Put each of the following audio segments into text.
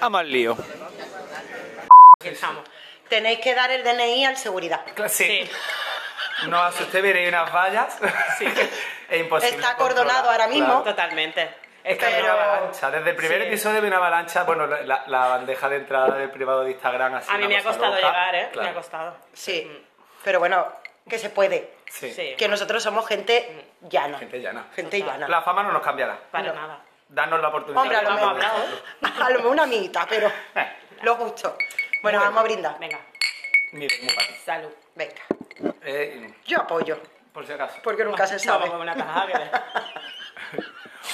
a más lío. Empezamos. Tenéis que dar el DNI al seguridad. Sí. No asusté, veréis unas vallas. Sí. es imposible. Está acordonado controlar, ahora mismo. claro. Totalmente. Esta es Pero- una avalancha. Desde el primer Sí. episodio de una avalancha, bueno, la, la- la bandeja de entrada del privado de Instagram así. A mí una me ha cosa costado loca. llegar, ¿eh? Me Claro. ha costado. Sí. Pero bueno, que se puede. Sí. Sí. Que nosotros somos gente llana. Gente llana. Gente llana. La fama no nos cambiará. Para No. nada. Danos la oportunidad. Hombre, a lo de mejor. hablar ¿eh? de esto. A lo mejor una mitad, pero Eh. lo justo. Bueno, vamos a brindar. Venga, Mire, muy fácil. salud. Venga. Eh, Yo apoyo, por si acaso. porque nunca se Vamos sabe. a comer una tajada, que le-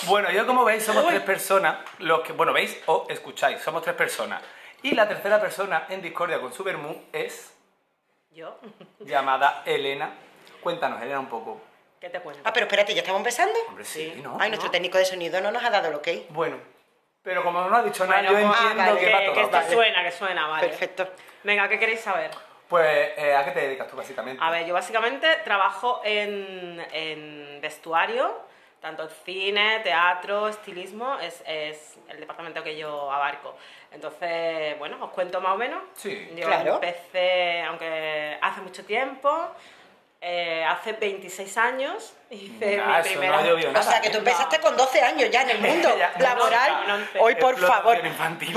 Bueno, yo como veis somos tres personas, los que, bueno, veis o escucháis, somos tres personas. Y la tercera persona en discordia con su vermú es Yo, llamada Elena. Cuéntanos, Elena, un poco. ¿qué te cuento? Ah, pero espérate, ¿ya estamos empezando? Hombre, sí, Sí. ¿no? Ay, nuestro técnico de sonido no nos ha dado el ok. Bueno, pero como no ha dicho nada, Bueno, yo pues, entiendo ah, vale, que que, va todo. que esto vale. suena, que suena, vale. Perfecto. Venga, ¿qué queréis saber? Pues, eh, ¿a qué te dedicas tú básicamente? A ver, yo básicamente trabajo en, en vestuario, tanto cine, teatro, estilismo, es, es el departamento que yo abarco. Entonces, bueno, os cuento más o menos. Sí, yo claro. empecé, aunque hace mucho tiempo, eh, hace 26 años, hice Ah, mi eso primera... no ha llovido nada. O sea, que tú empezaste con 12 años ya en el mundo Ya, no, laboral. no, no, no, Hoy, por Explotación favor, infantil.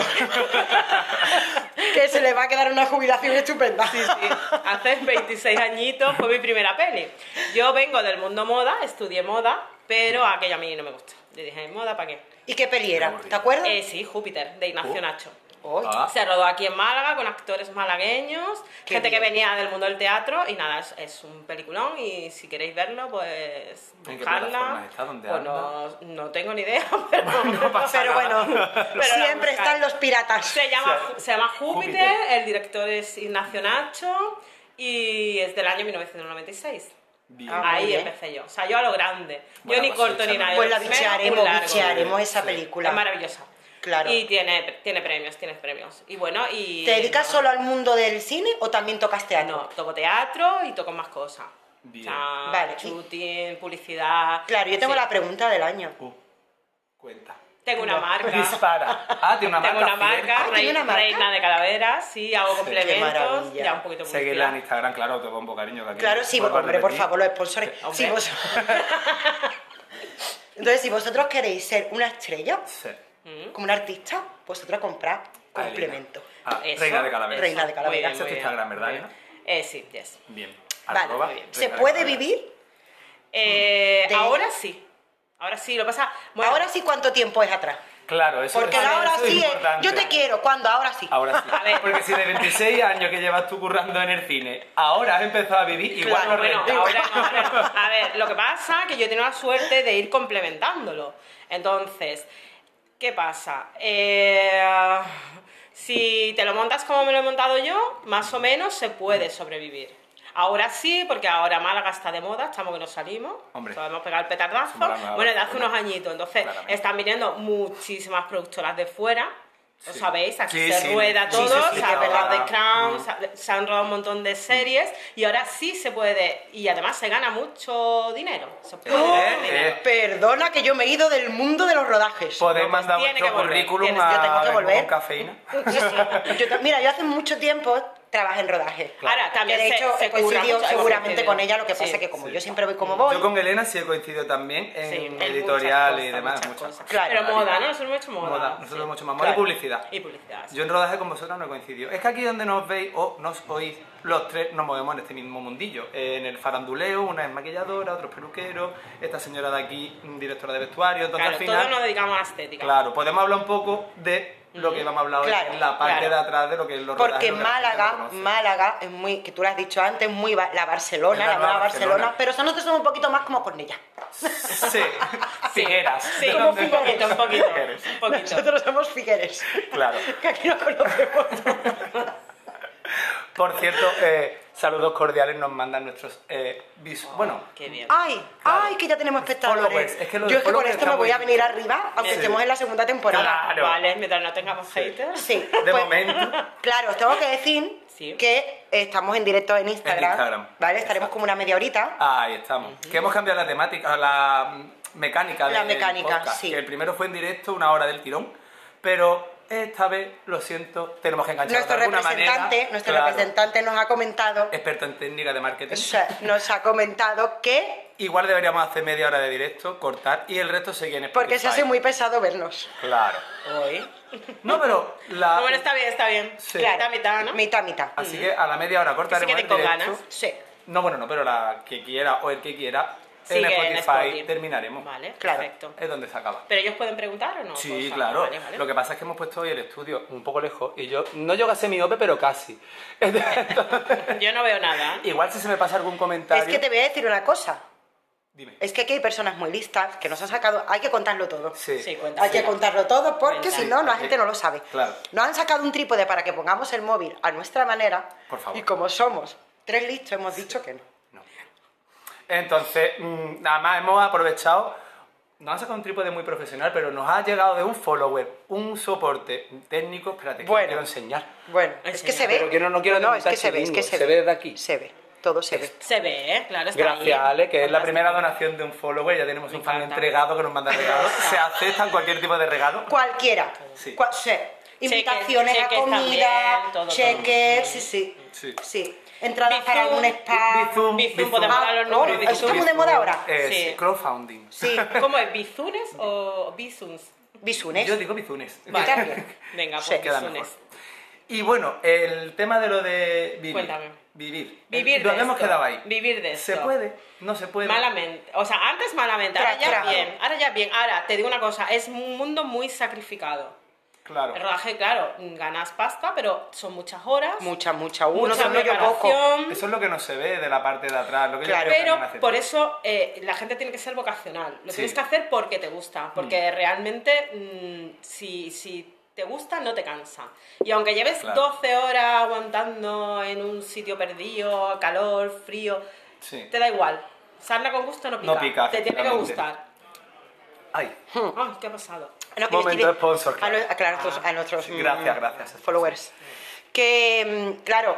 que se le va a quedar una jubilación estupenda. Sí, sí. Hace 26 añitos fue mi primera peli. Yo vengo del mundo moda, estudié moda, pero aquello a mí no me gusta. Le dije, ¿moda para qué? ¿Y qué peli era? aburrido. ¿Te acuerdas? Eh, sí, Júpiter, de Ignacio Oh. Nacho. Hoy. Ah. Se rodó aquí en Málaga con actores malagueños, Qué gente que bien. venía del mundo del teatro y nada, es, es un peliculón y si queréis verlo, pues ¿En qué buscarla. plataformas está? ¿Dónde Pues no, no tengo ni idea, pero, pasa Pero bueno, Pero la siempre buscáis. están los piratas. Se llama, Se- se llama Júpiter, Júpiter. el director es Ignacio Nacho y es del año 1996. Bien. Ah, muy Ahí bien. empecé yo, o sea, yo a lo grande. Bueno, yo ni pues corto esa ni no. nada. Pues la yo primero, bichearemos, un largo. bichearemos esa Sí. película. Es maravillosa. Claro. Y tiene, tiene premios, tienes premios. Y bueno, y... ¿Te dedicas solo al mundo del cine o también tocas teatro? No, toco teatro y toco más cosas. Bien. O sea, Vale, y- shooting, publicidad... Claro, yo tengo Sí. la pregunta del año. Uh, cuenta. Tengo una marca. Dispara. Ah, tiene una tengo marca. una marca, fíjate. Ah, ¿tiene rei- una marca? reina de calaveras, sí, hago complementos, maravilla. ya un poquito de Seguirla en publicidad. Instagram, claro, te pongo cariño. que aquí Claro, sí, vuelvo a hombre, por repetir. favor, los sponsores. Hombre. Si vos- Entonces, si vosotros queréis ser una estrella, Sí. Mm, como un artista, vosotros comprad complemento. Ah, Eso, Reina de Calaveras. Reina de eso. Calaveras. Mm. Muy Ese bien, es tu muy Instagram, bien, ¿verdad, muy Elena? bien. Eh, sí, yes. Bien. Vale, Arroba muy bien. Reina ¿Se de puede Calaveras. vivir? Eh, De- Ahora sí. Ahora sí, lo que pasa. bueno, Ahora sí, ¿cuánto tiempo es atrás? Claro, eso Porque eso- ahora eso es sí es, importante. yo te quiero, cuando ahora sí. Ahora sí. A ver. Porque si de 26 años que llevas tú currando en el cine, ahora has empezado a vivir, igual Claro, no Bueno, renta. ahora no, ahora no. A ver, lo que pasa es que yo he tenido la suerte de ir complementándolo. Entonces, ¿qué pasa? Eh, si te lo montas como me lo he montado yo, más o menos se puede sobrevivir. Ahora sí, porque ahora Málaga está de moda, estamos que nos salimos, Hombre. sabemos pegar el petardazo. Somos la nueva Bueno, de hace Barcelona. unos añitos, entonces Claramente. están viniendo muchísimas productoras de fuera. Lo Sí. sabéis, aquí Sí, se sí. rueda Sí, todo, sí, sí, se ha ahora- rodado The Crown, se ha- se han rodado un montón de series y ahora sí se puede, y además se gana mucho dinero. Se puede ganar Eh, dinero. eh, Perdona que yo me he ido del mundo de los rodajes. Podéis No, pues mandar tiene vuestro que volver, currículum tienes- a yo tengo que Verbo volver. con cafeína. Sí, sí. Yo ta- mira, yo hace mucho tiempo trabajé en rodaje. Ahora, también Que de se- hecho, se he curra coincidido mucho, hay seguramente mucho con dinero. ella, lo que pasa Sí, es que como sí. yo siempre voy como voy, Yo con Elena sí he coincidido también en Sí, en editorial muchas y cosas, demás. muchas muchas cosas. Claro. Pero moda, ¿no? Nosotros hemos hecho moda. Moda, nosotros hemos hecho más moda y publicidad. Y publicidad. sí. Yo en rodaje con vosotros no coincidido. Es que aquí donde nos veis o nos oís, los tres nos movemos en este mismo mundillo. En el faranduleo, una es maquilladora, otro es peluquero, esta señora de aquí, mm, directora de vestuario. Entonces claro, al final, todos nos dedicamos a la estética. claro, podemos hablar un poco de lo que vamos a hablar hoy, Claro, en la parte claro. de atrás de lo que es los rodajes, porque lo que la gente no Málaga, conoce. Málaga es muy, que tú lo has dicho antes, muy ba- la Es Barcelona, la la, nueva nueva Barcelona, Barcelona. pero nosotros somos un poquito más como Cornella. Sí, Figueras. Sí, ¿De un dónde- poquito, un poquito. Un poquito. Nosotros somos Figueres, Claro. que aquí nos conocemos. Por cierto, eh, saludos cordiales nos mandan nuestros eh, visu- Oh, Bueno, Ah, Qué bien. Ay, ay, que ya tenemos espectadores. Followers, es que lo de yo es que con followers esto está me voy muy a venir arriba, aunque Sí. estemos en la segunda temporada. Claro. Vale, mientras no tengamos haters. Sí, de pues- momento. Claro, os tengo que decir Sí. que estamos en directo en Instagram. Instagram. Ah, ¿Vale? Estaremos Exacto. como una media horita. Ahí estamos. Que hemos cambiado la temática, la mm, mecánica La del mecánica, podcast, sí. Que el primero fue en directo, una hora del tirón, pero esta vez, lo siento, tenemos que enganchar Nuestro de alguna manera. representante, nuestro Claro. representante nos ha comentado, Experto en técnica de o marketing. sea, nos ha comentado que Igual deberíamos hacer media hora de directo, cortar y el resto seguir en Spotify. porque se hace muy pesado vernos. Claro. Hoy. No, pero la... Bueno, está bien, está bien. Ah. Sí. Mitad, mitad, ¿no? Mitad, mitad. Así que a la media hora cortaremos que el tengo directo. ganas. Sí, No, bueno, no, pero la que quiera o el que quiera, Sigue en, Spotify Spotify. terminaremos. Vale, Claro. perfecto. Es donde se acaba. ¿Pero ellos pueden preguntar o no? Sí, Cosas, claro. vale, vale. Lo que pasa es que hemos puesto hoy el estudio un poco lejos y yo no llego a ser miope, pero casi. Entonces, Yo no veo nada. Igual si se me pasa algún comentario. es que te voy a decir una cosa. Dime. Es que aquí hay personas muy listas que nos han sacado. Hay que contarlo todo. Sí. Sí, cuenta. Hay que contarlo todo porque Cuenta. si no, la Sí. gente no lo sabe. Claro. Nos han sacado un trípode para que pongamos el móvil a nuestra manera. Por favor. Y como somos tres listos, hemos dicho que no. No. Entonces, mm, nada más hemos aprovechado. Nos han sacado un trípode muy profesional, pero nos ha llegado de un follower, un soporte técnico. Espérate, que Bueno. lo quiero enseñar. Bueno, Ay, es que señor. se ve. Pero que no- no quiero No, es que levantar se ve, es que chiringo. se, Se ve. ve de aquí. Se ve, todo se ve. Se ve, ¿eh? claro, está Gracias, ahí. Ale, que es la Fantástico. primera donación de un follower. Ya tenemos Me un fan encanta. Pues, entregado que nos manda regalos. se aceptan cualquier tipo de regalo. Cualquiera. Sí. Cua- se- invitaciones cheques a comida, también, todo, todo. cheques, sí, sí. Sí. Sí. Entradas para Bizum, algún spa. Bizum, ah, Bizum, Bizum. podemos dar los números. Ah, oh, ¿Está muy de moda ahora? Eh, Sí. sí, Crowdfunding. Sí. ¿Cómo es? ¿Bizunes o bisuns? Bisunes. Yo digo bizunes. Vale. también. Venga, Sí, pues Queda mejor. bisunes. Y bueno, el tema de lo de vivir. Cuéntame. Vivir. Vivir de ¿Dónde hemos esto. quedado ahí? Vivir de ¿Se esto. puede? ¿No se puede? Malamente. O sea, antes malamente, ahora ya Claro. bien. Ahora ya bien. Ahora, te digo una cosa, es un mundo muy sacrificado. Claro. El rodaje, claro, ganas pasta, pero son muchas horas. Mucha, mucha. mucha Uno se yo poco. preparación. Eso es lo que no se ve de la parte de atrás. Lo que yo Claro. creo que Pero también hace por falta. eso eh, la gente tiene que ser vocacional. Lo Sí. Mm. tienes que hacer porque te gusta. Porque realmente, mm, si, si te gusta, no te cansa. Y aunque lleves Claro. 12 horas aguantando en un sitio perdido, calor, frío, Sí. te da igual. Sarna con gusto no pica. No pica, te tiene que efectivamente. gustar. Ay. Ay, ¿Qué ha pasado? No, que yo Momento estoy- sponsor, A, claro. lo- a- claro, a nuestros- a nuestros Sí, gracias, mm, gracias. followers. Que, mm, claro,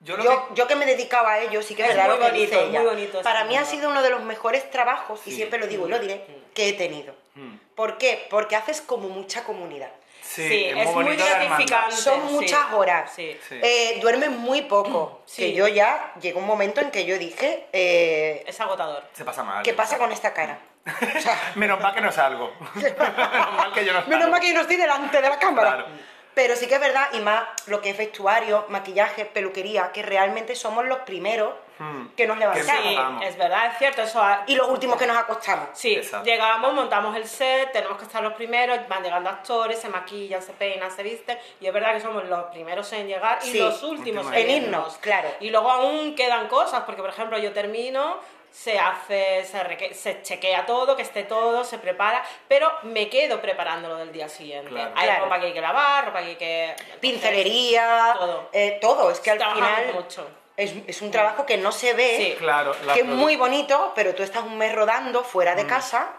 Yo yo, lo que- yo, que... me dedicaba a ello, sí que es Es verdad muy lo que dice bonito, es muy ella. bonito Para este mí ha mundo. sido uno de los mejores trabajos, y Sí. siempre lo digo y lo diré, que he tenido. Mm. ¿Por qué? Porque haces como mucha comunidad. Sí, Sí, es muy bonito la hermandad. gratificante. Son sí. muchas horas. Sí. Sí. Eh, duermes muy poco. Sí. Que yo ya, llegó un momento en que yo dije, eh, Es agotador. Se pasa mal. ¿qué pasa con esta cara? O sea, Menos mal que no salgo. Menos mal que yo no salgo. Menos mal que yo no estoy delante de la cámara. Claro. Pero sí que es verdad, y más lo que es vestuario, maquillaje, peluquería, que realmente somos los primeros Mm. que nos levantamos. Sí, Vamos. es verdad, es cierto. Eso ha- Y los últimos que nos acostamos. Sí, Exacto. llegamos, montamos el set, tenemos que estar los primeros, van llegando actores, se maquillan, se peinan, se visten, y es verdad que somos los primeros en llegar y Sí, los últimos últimos en en irnos. irnos, claro. Y luego aún quedan cosas, porque por ejemplo yo termino, se hace, se, reque- se chequea todo, que esté todo, se prepara, pero me quedo preparando lo del día siguiente. Claro. Hay Claro. ropa que hay que lavar, ropa que hay que... Pincelería, Todo. eh, todo. Es que al Trabajamos final mucho. Es, es un trabajo que no se ve, Sí. Claro. la que es produ- Hmm. muy bonito, pero tú estás un mes rodando fuera de casa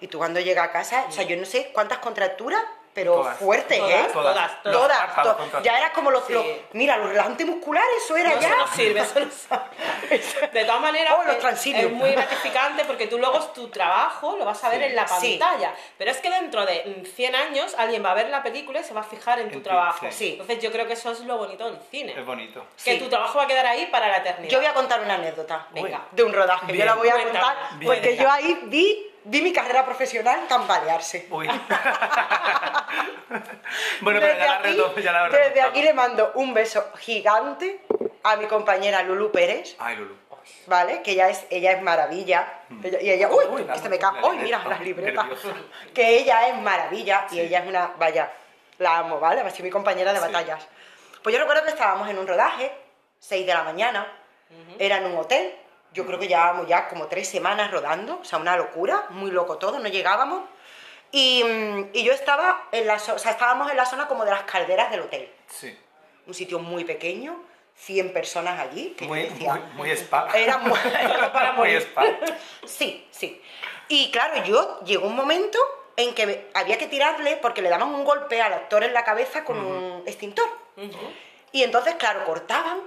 y tú cuando llegas a casa, o sea, yo no sé cuántas contracturas, pero Todas. fuertes, ¿eh? Hmm. Todas, todas, Los Todas, párpados to- contractados. ya era como los, Sí. los- mira, los relajantes musculares, eso era No, ya. Eso no sirve, eso no sirve. De todas maneras, Oh, los es- transilios. es muy gratificante porque tú luego tu trabajo lo vas a ver Sí. en la Sí. pantalla. Pero es que dentro de mm, 100 años alguien va a ver la película y se va a fijar en tu En ti, trabajo. sí. Entonces yo creo que eso es lo bonito del cine. Es bonito. Que Sí. tu trabajo va a quedar ahí para la eternidad. Yo voy a contar una anécdota Venga. de un rodaje. Bien. Yo la voy a Cuéntame. contar Bien. porque yo ahí vi, vi mi carrera profesional tambalearse. Uy. bueno, pero ya la aquí, reto, ya la desde reto. aquí le mando un beso gigante a mi compañera Lulu Pérez, Ay, Lulu. ¿vale? Que ella es, ella es maravilla. Ella- y ella, uy, Mm. Uy, la- que se me cae. la Uy, mira libreta. las libretas. Nervioso. Que ella es maravilla y Sí. ella es una, vaya, la amo, ¿vale? Ha sido mi compañera de Sí. batallas. Pues yo recuerdo que estábamos en un rodaje, 6 de la mañana, era en un hotel. Yo creo que llevábamos ya como tres semanas rodando, o sea, una locura, muy loco todo, no llegábamos. Y, mm, y yo estaba en la, zo- o sea, estábamos en la zona como de las calderas del hotel Sí. un sitio muy pequeño, 100 personas allí, que yo Muy, decía, muy, muy spa. era muy... para muy morir. spa. sí, sí. Y claro, yo llegó un momento en que me- había que tirarle porque le daban un golpe al actor en la cabeza con un extintor. Y entonces, claro, cortaban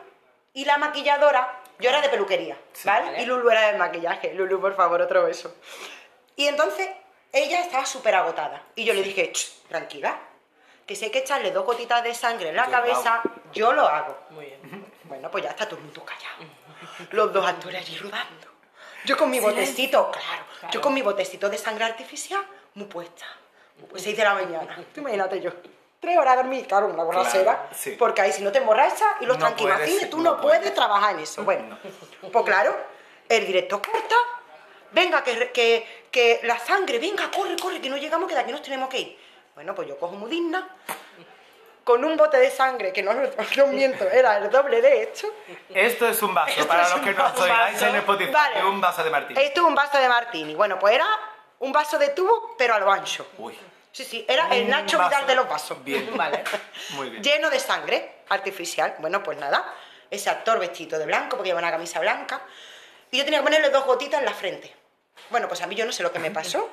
y la maquilladora, yo era de peluquería, Sí. ¿vale? Vale. Y Lulu era de maquillaje. Lulu, por favor, otro beso. Y entonces ella estaba súper agotada. Y yo le dije, "Ch, tranquila, que si hay que echarle dos gotitas de sangre en la Yo lo cabeza, hago. yo lo hago. Muy bien. Bueno, pues ya está todo el mundo callado. Los dos actores allí rodando. Yo con mi botecito, claro. Claro. Yo con mi botecito de sangre artificial muy puesta. Muy puesta. Seis de la mañana. Tú imagínate yo. Tres horas a dormir, claro, una borracera. Claro, sí. Porque ahí si no te emborrachas y los No tranquilacines, puedes, tú no, no puedes puedes. trabajar en eso. Bueno, pues claro, el director corta. Venga, que, re- que, que la sangre, venga, corre, corre, que no llegamos, que de aquí nos tenemos que ir. Bueno, pues yo cojo muy digna, con un bote de sangre, que no, no miento, era el doble de esto. Esto es un vaso, Esto para es los un que no vaso. oigáis en Spotify, Vale. es un vaso de martini. Esto es un vaso de martini. Bueno, pues era un vaso de tubo, pero a lo ancho. Uy. Sí, sí, era el Un Nacho vaso. Vidal de los vasos. Mm, Bien. Vale. Muy bien. Lleno de sangre artificial. Bueno, pues nada. Ese actor vestido de blanco, porque lleva una camisa blanca. Y yo tenía que ponerle dos gotitas en la frente. Bueno, pues a mí yo no sé lo que me pasó.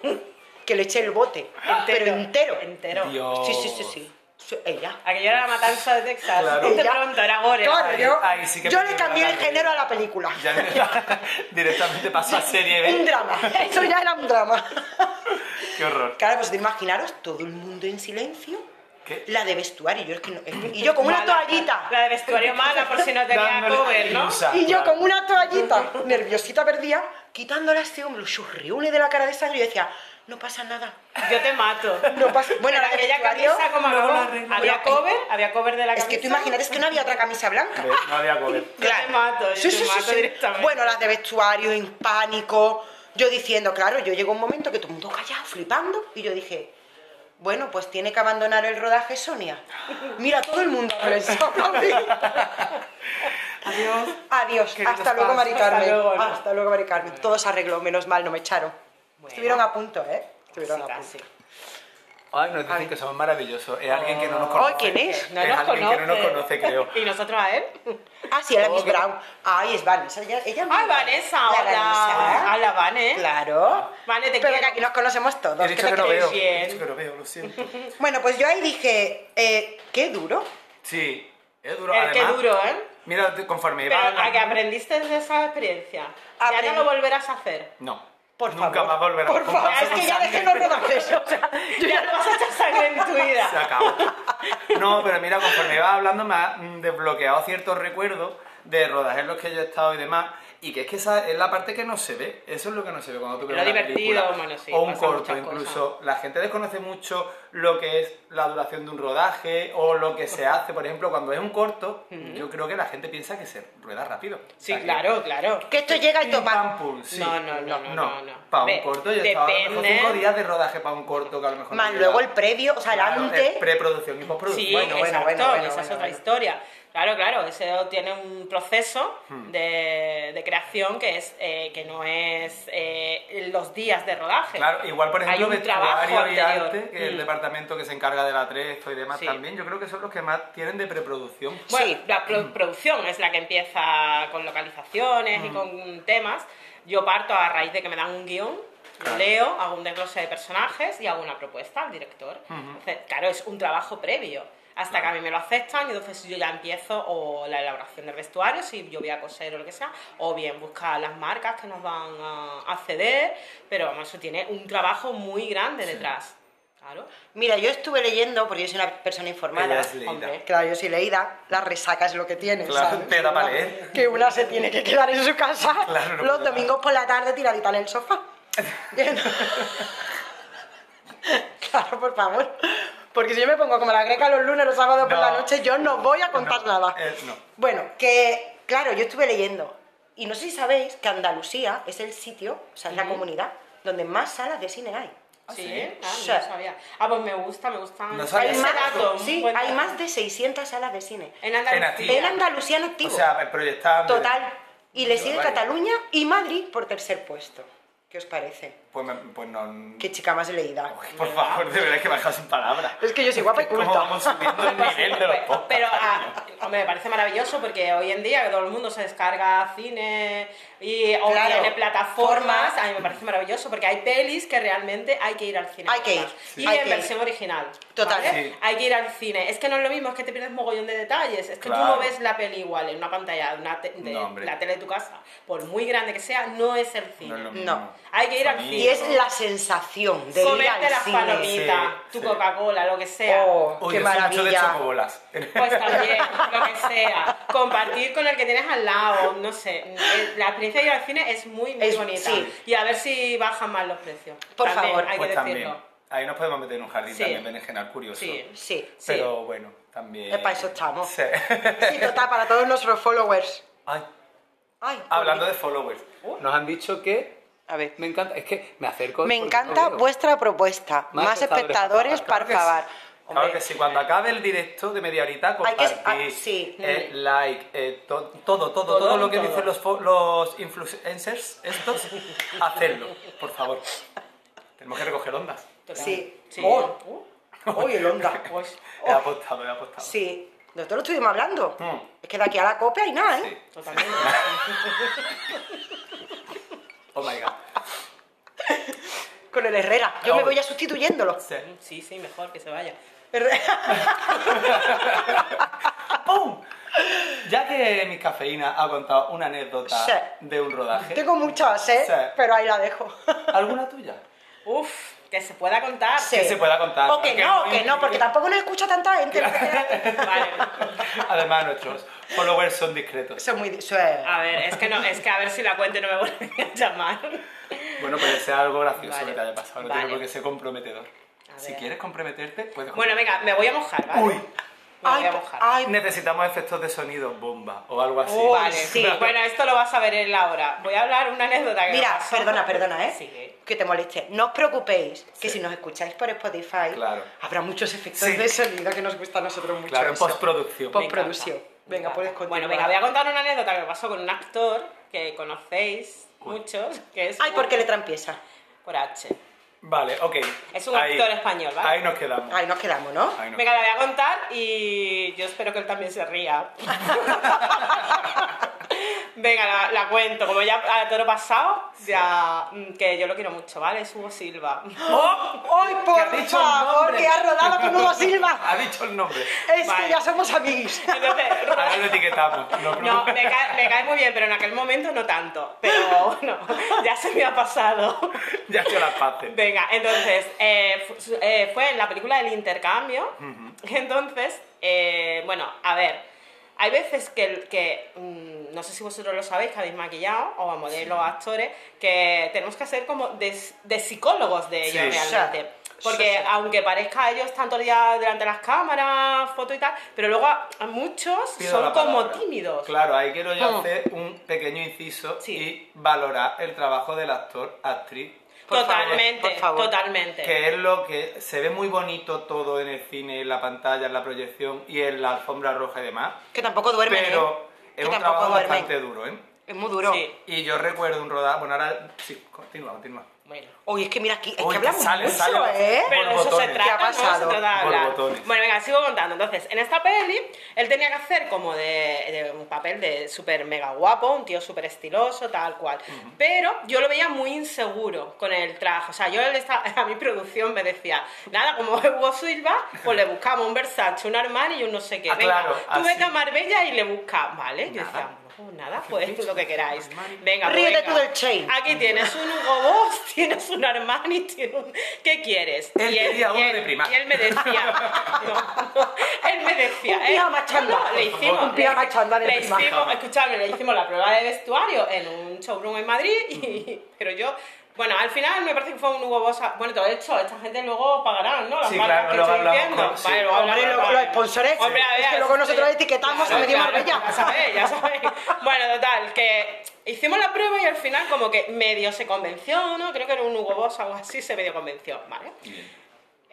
Que le eché el bote, pero entero. Entero. Dios. Sí, sí, sí, sí. Su- Ella. Aquello era la matanza de Texas. Claro. Este Ella. pronto era gore. Claro, vale. yo, ahí sí que yo le perdí cambié la el madre. género a la película. Ya directamente pasó a serie Un B. drama. Eso ya era un drama. Qué horror. Claro, pues imaginaros todo el mundo en silencio. ¿Qué? La de vestuario, yo es que no- es que- y yo con una Mala. toallita. La de vestuario mala por si no tenía Dándole cover, ¿no? ilusa, Y yo claro. con una toallita, nerviosita perdida, quitándole a este hombro sus riunes de la cara de sangre y yo decía, no pasa nada. Yo te mato. No pasa Bueno, Bueno, la de aquella vestuario, camisa como no acabó, la arreglo. había Bueno, cover, había cover de la es camisa. que tú imagínate, es que no había otra camisa blanca. Ve, No había comer. Yo te mato, yo Sí, te sí, sí, mato sí. directamente. Bueno, las de vestuario, en pánico, yo diciendo, claro, yo llegó un momento que todo el mundo callado, flipando, y yo dije, bueno, pues tiene que abandonar el rodaje Sonia. Mira, todo el mundo pensó Adiós. Adiós. Queridos Hasta luego, fans, Mari Carmen. Hasta hasta luego, luego, ¿no? Mari Carmen. Todo se arregló, menos mal, no me echaron. Estuvieron a punto, ¿eh? Estuvieron Casi, a casi. punto. Ay, nos dicen que somos maravillosos. Es alguien que no nos conoce. Ay, ¿quién es? No Es nos alguien conoce. que no nos conoce, creo. ¿Y nosotros a él? Ah, sí, era Miss que- Brown. Ay, es Vanessa. Ella, ella es ¡Ay, muy- Vanessa! La ¡Hola! Vanessa. ¡Hola, Vane! Claro. Vane, te Pero quiero. que aquí nos conocemos todos. He ¿qué dicho te que no crees? veo. bien. He dicho que no veo, lo siento. Bueno, pues yo ahí dije, eh, qué duro. Sí, es duro. Eh, ¡Qué Además, duro, eh! Mira, te- conforme Pero iba a que hablando- aprendiste de esa experiencia. Ya Aprendí. no lo volverás a hacer. No. Por Nunca favor. más volverá. Por Un favor, vaso es que con ya sangre. dejé los rodajes. O sea, yo Ya no vas a echar sangre en tu Se vida. acabó. No, pero mira, conforme iba hablando me ha mm, desbloqueado ciertos recuerdos de rodajes en los que yo he estado y demás. Y que es que esa es la parte que no se ve. Eso es lo que no se ve cuando tú ves Lo una divertido, película. bueno, sí, o un pasan corto, muchas incluso. La gente desconoce mucho lo que es la duración de un rodaje o lo que se hace. Por ejemplo, cuando es un corto, yo creo que la gente piensa que se rueda rápido. Sí, O sea, que- claro, claro. que esto llega y Pim, pam, toma. pum, sí. No, no, no, no, no, no. Para Ve, un corto yo estaba a lo mejor depende. cinco días de rodaje para un corto que a lo mejor. no Más llega. luego el previo, o sea, el Claro, antes. es preproducción y postproducción. Sí, Bueno, bueno, exacto, bueno, bueno, esa es bueno, otra bueno. historia. Claro, claro, ese tiene un proceso Hmm. de, de creación que es eh, que no es eh, los días de rodaje. Claro, igual por ejemplo Hay un trabajo vestuario y anterior. arte, que es el Mm. departamento que se encarga del atrezo y demás Sí. también, yo creo que son los que más tienen de preproducción. Bueno, Sí. la pro- producción es la que empieza con localizaciones y con temas. Yo parto a raíz de que me dan un guión, lo Claro. leo, hago un desglose de personajes y hago una propuesta al director. Entonces, claro, es un trabajo previo. Hasta que a mí me lo aceptan y entonces yo ya empiezo o la elaboración del vestuario, si yo voy a coser o lo que sea, o bien buscar las marcas que nos van a a ceder, pero vamos, eso tiene un trabajo muy grande detrás. Claro. Mira, yo estuve leyendo, porque yo soy una persona informada. Ella es leída. hombre. Claro, yo soy leída, la resaca es lo que tiene. Claro, ¿eh? ¿sabes? te da para leer. Que una se tiene que quedar en su casa Claro, no los puede domingos por la tarde tiradita en el sofá. claro, por favor. Porque si yo me pongo como la greca los lunes, los sábados por No. la noche, yo no voy a contar No, nada. eh, no. Bueno, que claro, yo estuve leyendo. Y no sé si sabéis que Andalucía es el sitio, o sea, es la Ujú. comunidad donde más salas de cine hay. Sí, sí? Ah, Sí. no lo sabía. Ah, pues me gusta, me gusta. No ese sabía Hay Ese más, dato, sí, un buen hay dato. más de 600 salas de cine. En Andalucía. En Astilla. En Andalucía en activo. O sea, proyectando. Total. Y le Yo, sigue vale. Cataluña y Madrid por tercer puesto. ¿Qué os parece? Pues, me- pues no. Qué chica más leída. Uy, Por favor, de verdad que bajas sin palabras. Es que yo soy guapa y ¿Cómo culta. vamos subiendo el nivel de los podcasts? Pero ah, hombre, me parece maravilloso porque hoy en día que todo el mundo se descarga cine y o Claro, tiene plataformas. formas. A mí me parece maravilloso porque hay pelis que realmente hay que ir al cine. Hay que ir, Y hay en que versión original. Total. ¿vale? Sí. Hay que ir al cine. Es que no es lo mismo, es que te pierdes mogollón de detalles. Es que tú no Claro. ves la peli igual en una pantalla, en una te- de No, hombre. la tele de tu casa. Por muy grande que sea, no es el cine. No es lo mismo. No. Hay que ir al Familia. Y cine. es la sensación de ir Comerte al las cine. palomitas, Sí, tu sí. Coca-Cola, lo que sea. Oh. Uy, Qué yo soy mucho de maravilla. chocobolas. Pues también, lo que sea. Compartir con el que tienes al lado, no sé. Eh, La experiencia de ir al cine es muy, muy Es- bonita. sí. Y a ver si bajan más los precios. Por También favor. Hay pues que también. decirlo. Ahí nos podemos meter en un jardín Sí. también berenjenal curioso. Sí. Sí. Sí. Pero bueno, también. Es para eso estamos. Sí. Sí, total, para todos nuestros followers. Ay, Ay, hablando de followers, nos han dicho que. A ver. Me encanta, es que me acerco. Me porque encanta no veo. vuestra propuesta. Más, espectadores, Claro por favor. que sí. Claro Hombre, eh, que sí, cuando acabe el directo de media horita, Hay que- compartir, ah, sí. eh, like, eh, to- todo, todo, todo, Todo, lo que todo. dicen los, fo- los influencers, estos, hacedlo, por favor. Tenemos que recoger ondas. Total. Sí. sí. Oh. Uh, Uy, el onda. pues, He apostado, he apostado. Oh. Sí. Nosotros lo estuvimos hablando. Mm. Es que de aquí a la copia hay nada, ¿eh? Sí. totalmente. Oh my god. Con el Herrera. Yo me Oh. voy ya sustituyéndolo. Sí. Sí, sí, mejor que se vaya. Herrera. ¡Pum! Ya que mi cafeína ha contado una anécdota Sí. de un rodaje, Tengo muchas, ¿eh? Sí. Pero ahí la dejo. ¿alguna tuya? Uf, que se pueda contar. Sí. Que se pueda contar. O que porque no, es o muy que no, porque tampoco nos escucha tanta gente. Vale. Además, nuestros followers son discretos. Eso es muy... Eso es... Ah, A ver, es que no, es que a ver si la cuento y no me vuelven a llamar. Bueno, puede ser algo gracioso Vale. que te haya pasado, no Vale. tiene por qué ser comprometedor. A Si ver. quieres comprometerte, puedes. Bueno, venga, me voy a mojar, ¿vale? Uy. Me voy Ay, a mojar. ay, Necesitamos efectos de sonido bomba o algo así. Uy, Oh, vale, Oh, sí. Bueno, esto lo vas a ver en la hora. Voy a hablar una anécdota que me Mira, pasó. perdona, perdona, ¿eh? Sí. Que te moleste. No os preocupéis, que Sí. si nos escucháis por Spotify, Claro. habrá muchos efectos Sí. de sonido que nos gusta a nosotros mucho. Claro, en eso. postproducción. Post- Me encanta, Postproducción. me Venga, encanta. puedes continuar. Bueno, venga, voy a contar una anécdota que me pasó con un actor que conocéis muchos, que es Ay, un- ¿por qué letra empieza? por H. Vale, ok. Es un actor español, ¿vale? Ahí nos quedamos. Ahí nos quedamos, ¿no? Ahí nos Venga, la voy a contar y yo espero que él también se ría. Venga, la, la cuento. Como ya a toro pasado, ya mm, que yo lo quiero mucho, ¿vale? Es Hugo Silva. ¡Oh! ¡Ay, por Que ha dicho el favor, nombre. que ha rodado con Hugo Silva! Ha dicho el nombre. Es Vale. que ya somos amiguis. Entonces, Ahora lo etiquetamos. No, os No, me preocupéis. cae, me cae muy bien, pero en aquel momento no tanto. Pero bueno, ya se me ha pasado. Ya he hecho las paces. Venga, entonces, eh, fu- su- eh, fue en la película El Intercambio. Entonces, eh, bueno, a ver, hay veces que, el- que, mm, no sé si vosotros lo sabéis, que habéis maquillado, o a modelos, o actores, que tenemos que hacer como de, s- de psicólogos de ellos Sí. realmente. Sí. Porque Sí, sí. aunque parezca ellos tanto el día delante de las cámaras, fotos y tal, pero luego a, a muchos Pido son la como palabra. tímidos. Claro, ahí quiero yo Mm. hacer un pequeño inciso Sí. y valorar el trabajo del actor, actriz. Por favor. Totalmente, por favor. totalmente. Que es lo que se ve muy bonito todo en el cine, en la pantalla, en la proyección y en la alfombra roja y demás. Que tampoco duermen, Pero ¿eh? es que un tampoco trabajo duermen. bastante duro, ¿eh? Es muy duro. Sí. Y yo recuerdo un rodaje. Bueno, ahora sí, continúa, continúa. Bueno. Oye, es que mira aquí, Uy, es que que hablamos sale, mucho, sale bastante. ¿eh? Pero de eso se Borbotones. trata, ¿Qué ha ¿no? Se pasado? trata de hablar. Borbotones. Bueno, venga, sigo contando. Entonces, en esta peli, él tenía que hacer como de, de un papel de súper mega guapo, un tío súper estiloso, tal cual. Pero yo lo veía muy inseguro con el traje. O sea, yo él esta- a mi producción me decía, nada, como es Hugo Silva, pues le buscamos un Versace, un Armani y un no sé qué. Ah, venga, claro, tú vete así. a Marbella y le buscas, ¿vale? Yo Nada. decía, no, nada, pues lo que queráis. Armani. Venga, pues Ríete venga. tú del chain. Aquí tienes un Hugo Boss, tienes un Armani, tienes un... ¿Qué quieres? Él quería uno él- de prima. Y él me decía. no, no, él me decía. Un eh, pijama chándal. no, le hicimos. Un pijama le- chándal de le prima. hicimos, escuchadme, le hicimos la prueba de vestuario en un showroom en Madrid. y- pero yo. Bueno, al final me parece que fue un Hugo Boss. Bueno, todo hecho, esta gente luego pagarán, ¿no? Las Sí, marcas claro, que luego estoy hablamos diciendo. con- sí. Vale, luego Hombre, hablamos, lo- vale. los sponsores, Hombre, a es que ver, luego nosotros sí. etiquetamos a Claro, Medio claro, Marbella. Ya sabéis, ya sabéis. Bueno, total, que hicimos la prueba y al final como que medio se convenció, ¿no? Creo que era un Hugo Boss o algo así, se medio convenció, ¿vale?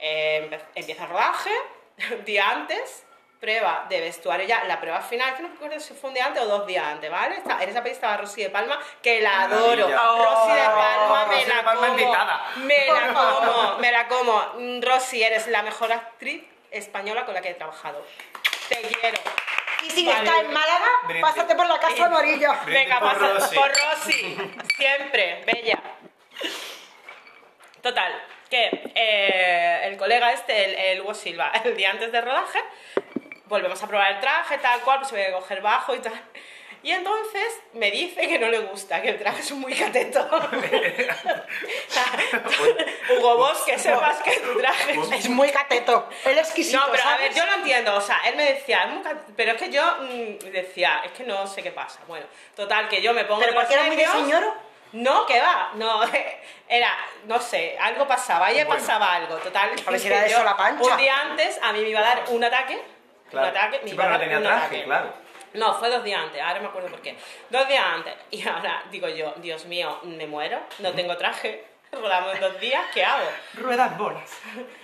Eh, empe- empieza el rodaje, día antes, prueba de vestuario ya, la prueba final, que no recuerdo si fue un día antes o dos días antes, ¿vale? Está- en esa peli estaba Rosy de Palma, que la adoro. Maravilla. Rosy de Oh, Palma, me Rosy la de Palma como. invitada. Me la como, me la como. Mm, Rosy, eres la mejor actriz española con la que he trabajado. Te quiero. Y si Vale. está en Málaga, Brindis. pásate por la Casa Amarilla. Brindis Venga, por pasa Rosy. por Rosy. Siempre, bella. Total, que eh, el colega este, el, el Hugo Silva, el día antes del rodaje, volvemos a probar el traje, tal cual, pues se voy a coger bajo y tal. Y entonces me dice que no le gusta, que el traje es muy cateto. O sea, Pues, Hugo Boss, que sepas que tu traje es Es muy cateto. Él es exquisito, no, pero a ¿sabes? ver, yo lo entiendo, o sea, él me decía, es muy cat- pero es que yo mm, decía, es que no sé qué pasa. Bueno, total, que yo me pongo. ¿Pero los porque era muy de serios. señor? No, que va, no, era, no sé, algo pasaba, ayer Bueno. pasaba algo, total. A ver si que era de yo, sola pancha. Un día antes a mí me iba a dar un ataque, un ataque, me Sí, pero iba a no dar tenía un traje, ataque. claro. No, fue dos días antes, ahora me acuerdo por qué. Dos días antes. Y ahora digo yo, Dios mío, me muero, no tengo traje, rodamos en dos días, ¿qué hago? Ruedas bolas.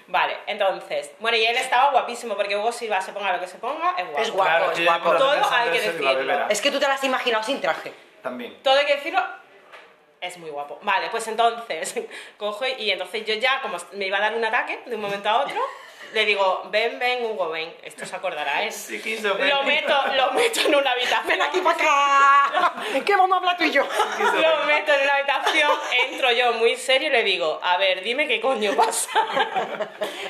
Vale, entonces. Bueno, y él estaba guapísimo porque Hugo Silva se ponga lo que se ponga, es guapo. Es guapo, Claro, es yo guapo. por Todo pensando hay que eso digo, a ver, decirlo. verá. Es que tú te las has imaginado sin traje. También. Todo hay que decirlo. Es muy guapo. Vale, pues entonces cojo y entonces yo ya, como me iba a dar un ataque de un momento a otro, le digo, ven, ven, Hugo, ven. Esto se acordará, ¿eh? Sí, quiso ver. Lo meto, lo meto en una habitación. Ven aquí para acá. ¿Qué vamos a hablar tú y yo? Lo meto en una habitación, entro yo muy serio y le digo, a ver, dime qué coño pasa.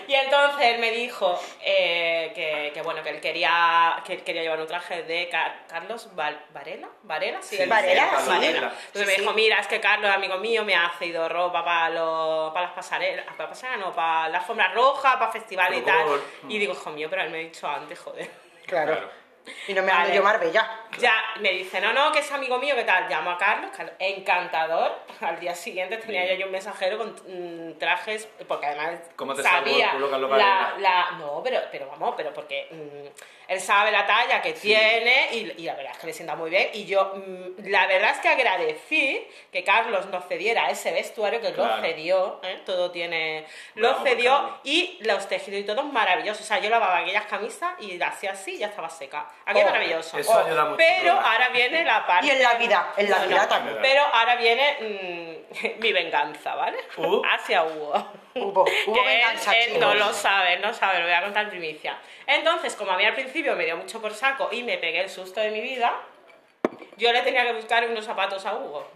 Y entonces él me dijo eh, que, que bueno, que él quería, que él quería llevar un traje de Car- Carlos Val- Varela, Varela, sí, Sí, él Varela, dice, sí. Varela. Entonces Sí, me sí. dijo, mira, es que Carlos, amigo mío, me ha cedido ropa para los, para las pasarelas, para pasarelas, no, para la alfombra roja, para festival y tal. Por favor. Y digo, hijo mío, pero él me ha dicho antes, joder. Claro. Y no me Vale. ando yo Marbella. Ya me dice, no, no, que es amigo mío, ¿qué tal? Llamo a Carlos, Carlos, encantador. Al día siguiente tenía Bien. yo un mensajero con mm, trajes, porque además ¿Cómo te salvó el sabía culo, Carlos la, Varela? la- No, pero, pero vamos, pero porque mm, él sabe la talla que tiene y, y la verdad es que le sienta muy bien. Y yo, mm, la verdad es que agradecí que Carlos nos cediera ese vestuario, que Claro. lo cedió, ¿eh? todo tiene... Bravo, Lo cedió Carlos. y los tejidos y todo maravillosos. O sea, yo lavaba aquellas camisas y las hacía así y ya estaba seca. Aquello Oh, maravilloso. eso ayuda mucho, Pero ¿verdad? ahora viene la parte. Y en la vida, en la No, vida no. también. Pero ahora viene mm, mi venganza, ¿vale? Uh. Hacia Hugo. Hubo, hubo Que él- venganza, él, chicos. no lo sabe, no sabe, lo voy a contar en primicia. Entonces, como a mí al principio me dio mucho por saco y me pegué el susto de mi vida, yo le tenía que buscar unos zapatos a Hugo.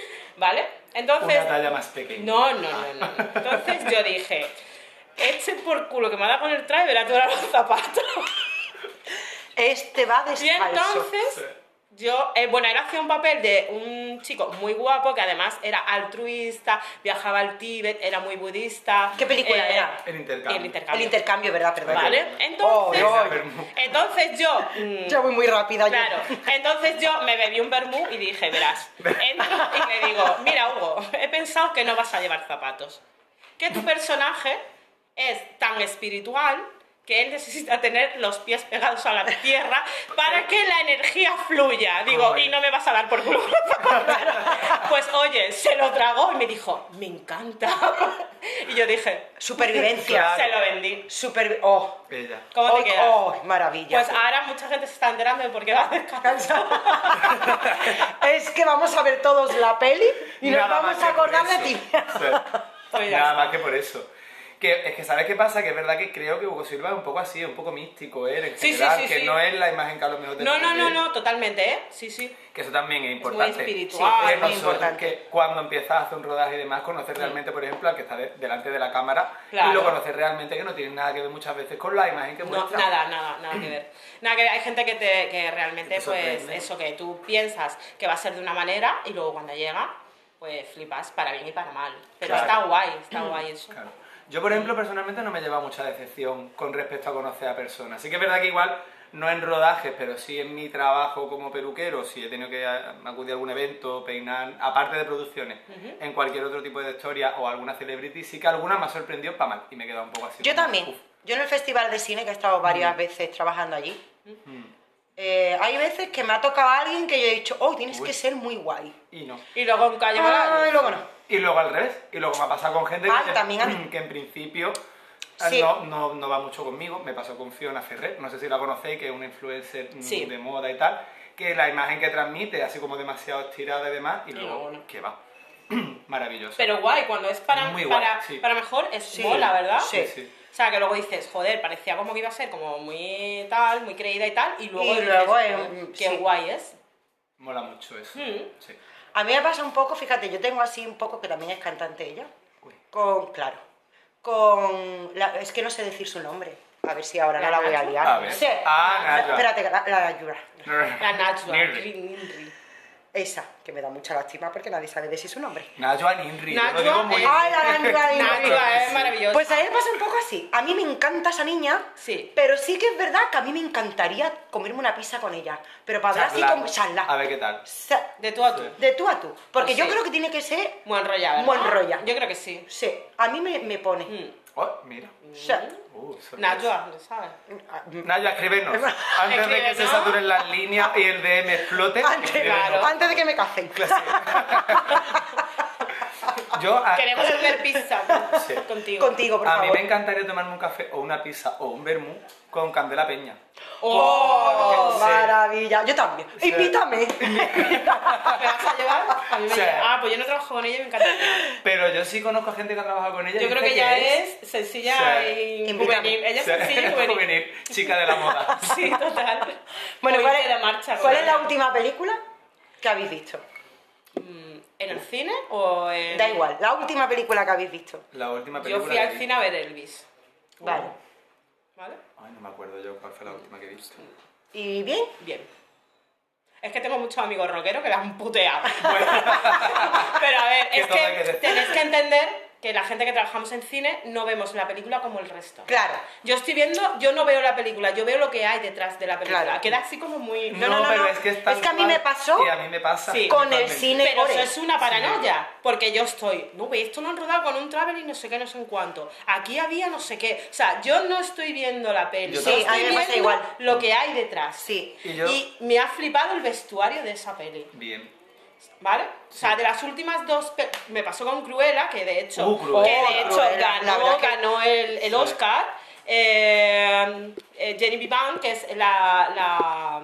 ¿Vale? Entonces, Una talla más pequeña. no, no, no, no. no. Entonces yo dije, este por culo que me ha dado con el traje, verá tú ahora los zapatos. Este va de Y entonces yo, eh, bueno, él hacía un papel de un chico muy guapo que además era altruista, viajaba al Tíbet, era muy budista. Eh, ¿Qué película era? El intercambio. El intercambio. El intercambio, ¿verdad? Perdón. Vale, Oh, entonces, no. entonces yo... mm, Yo voy muy rápida. yo. Claro, entonces yo me bebí un vermú y dije, verás, entro y le digo, mira Hugo, he pensado que no vas a llevar zapatos, que tu personaje es tan espiritual que él necesita tener los pies pegados a la tierra para que la energía fluya, digo, y no me vas a dar por culo con los zapatos". Pues oye, se lo tragó y me dijo, me encanta. Y yo dije, Supervivencia. se lo vendí. Super... Oh. Ella. ¿Cómo te Oh, quedas? oh, maravilla. ah. Pues ahora mucha gente se está enterando de por qué va descalzo. es que vamos a ver todos la peli y nos Nada más vamos que a acordar por de eso. ti. Sí. Pues ya Nada está. más que por eso. Que, es que, ¿sabes qué pasa? Que es verdad que creo que Hugo Silva es un poco así, un poco místico, él, en Sí, sí, general, sí, que sí. no es la imagen que a lo mejor No, tenemos no, de no, él. no, totalmente, ¿eh? Sí, sí. Que eso también es importante. espiritual, Que es muy nosotros, importante. Que cuando empiezas a hacer un rodaje y demás, conocer realmente, por ejemplo, al que está de- delante de la cámara y Claro. lo conoces realmente que no tiene nada que ver muchas veces con la imagen que No, muestra. nada, nada, nada que ver. Nada que ver. Hay gente que, te, que realmente, Que te pues, sorprende. eso que tú piensas que va a ser de una manera y luego cuando llega, pues flipas para bien y para mal. Pero Claro. Mm. está guay, está guay eso. Claro. Yo, por ejemplo, personalmente no me lleva mucha decepción con respecto a conocer a personas. Sí que es verdad que igual, no en rodajes, pero sí en mi trabajo como peluquero, si he tenido que a- acudir a algún evento, peinar, aparte de producciones, en cualquier otro tipo de historia o alguna celebrity, sí que alguna me ha sorprendido para mal y me he quedado un poco así. Yo como, también. "Uf". Yo en el Festival de Cine, que he estado varias veces trabajando allí, Mm. eh, hay veces que me ha tocado alguien que yo he dicho, oh, tienes Uy. que ser muy guay. Y no. Y luego en Calle Ah, Moral. y luego no. Y luego al revés. Y luego me ha pasado con gente Ay, que, "Mm, también a mí. que en principio eh, Sí. no, no, no va mucho conmigo. Me pasó con Fiona Ferrer, no sé si la conocéis, que es una influencer mm, Sí. de moda y tal, que la imagen que transmite, así como demasiado estirada y demás, y luego, luego no. que va. Maravilloso. Pero guay, cuando es para, Muy guay, para, sí. para mejor, es mola, ¿verdad? sí. O sea, que luego dices, joder, parecía como que iba a ser como muy tal, muy creída y tal, y luego, Y dices, luego eh, es- mm, joder, qué sí. guay es. Mola mucho eso. Mm. Sí. A mí me pasa un poco, fíjate, yo tengo así un poco que también es cantante ella. Uy. Con, claro. Con. la- es que no sé decir su nombre. A ver si ahora no la voy a liar. A ver. Sí. Ah, Nayura. Espérate, la, la Nayura. La Nachua. Nirri. Esa, que me da mucha lástima porque nadie sabe decir su nombre. Najwa Ninri. yo Najwa lo digo muy... es- Ay, la Nayura. La Nachua es maravillosa. Pues a él pasa un poco así. A mí me encanta esa niña, Sí. pero sí que es verdad que a mí me encantaría comerme una pizza con ella. Pero para hablar así Charlar. como charlar. A ver qué tal. Sa- De tú a tú. De tú a tú. Porque Pues yo sí. creo que tiene que ser. Buen rolla, ¿verdad? Buen rolla. Yo creo que sí. Sí, a mí me, me pone. Mm. Oh, mira. Sa- Uh, sorpresa. Nachua, lo ¿sabes? Nayua, escríbenos. Antes de que se Escríbenos. saturen las líneas y el DM explote. Antes, escríbenos. Claro. antes de que me casen. Yo a, Queremos hacer pizza con- Sí. contigo. Contigo, por a mí favor. me encantaría tomarme un café o una pizza o un vermú con Candela Peña. Oh, ¡Oh! Sí. maravilla. Yo también. Sí. Invítame. ¿Me vas a llevar? A mí me Sí. lleva. Ah, pues yo no trabajo con ella y me encantaría. Pero yo sí conozco a gente que ha trabajado con ella. y Yo creo dice que ella es- es sencilla Sí. y Invítame. juvenil. Ella es Sí, sencilla y juvenil. juvenil, chica de la moda. Sí, total. Bueno, Hoy ¿cuál, de es, la marcha. cuál es la joder. última película que habéis visto? Mm, ¿En el cine o en.? Da igual, la última película que habéis visto. La última Yo película. fui que al vi. cine a ver Elvis. Vale. ¿Vale? Ay, no me acuerdo yo cuál fue la última que he visto. ¿Y bien? Bien. Es que tengo muchos amigos rockeros que las han puteado. Pero a ver, Que es todo hay que que decir. tenéis que entender que la gente que trabajamos en cine no vemos la película como el resto. Claro. Yo estoy viendo, yo no veo la película, yo veo lo que hay detrás de la película. Claro. Queda así como muy... No, no, no, pero no. es que es tan Es que a mí mal. me pasó Y a mí me pasa. Sí. con el totalmente. cine. Pero gore. eso es una paranoia, porque yo estoy, no, ve, esto lo han rodado con un travel y no sé qué, no sé en cuánto. Aquí había no sé qué. O sea, yo no estoy viendo la peli, Yo yo tampoco. estoy Sí, a mí viendo me pasa igual. lo que hay detrás. Sí. Y yo- y me ha flipado el vestuario de esa peli. Bien. ¿Vale? O sea, de las últimas dos. pe- Me pasó con Cruella, que de hecho, Uh, Cruella. que de Oh, hecho Cruella. La ganó, verdad que- ganó el, el Oscar. Eh, eh, Jenny Vivan, que es la. la,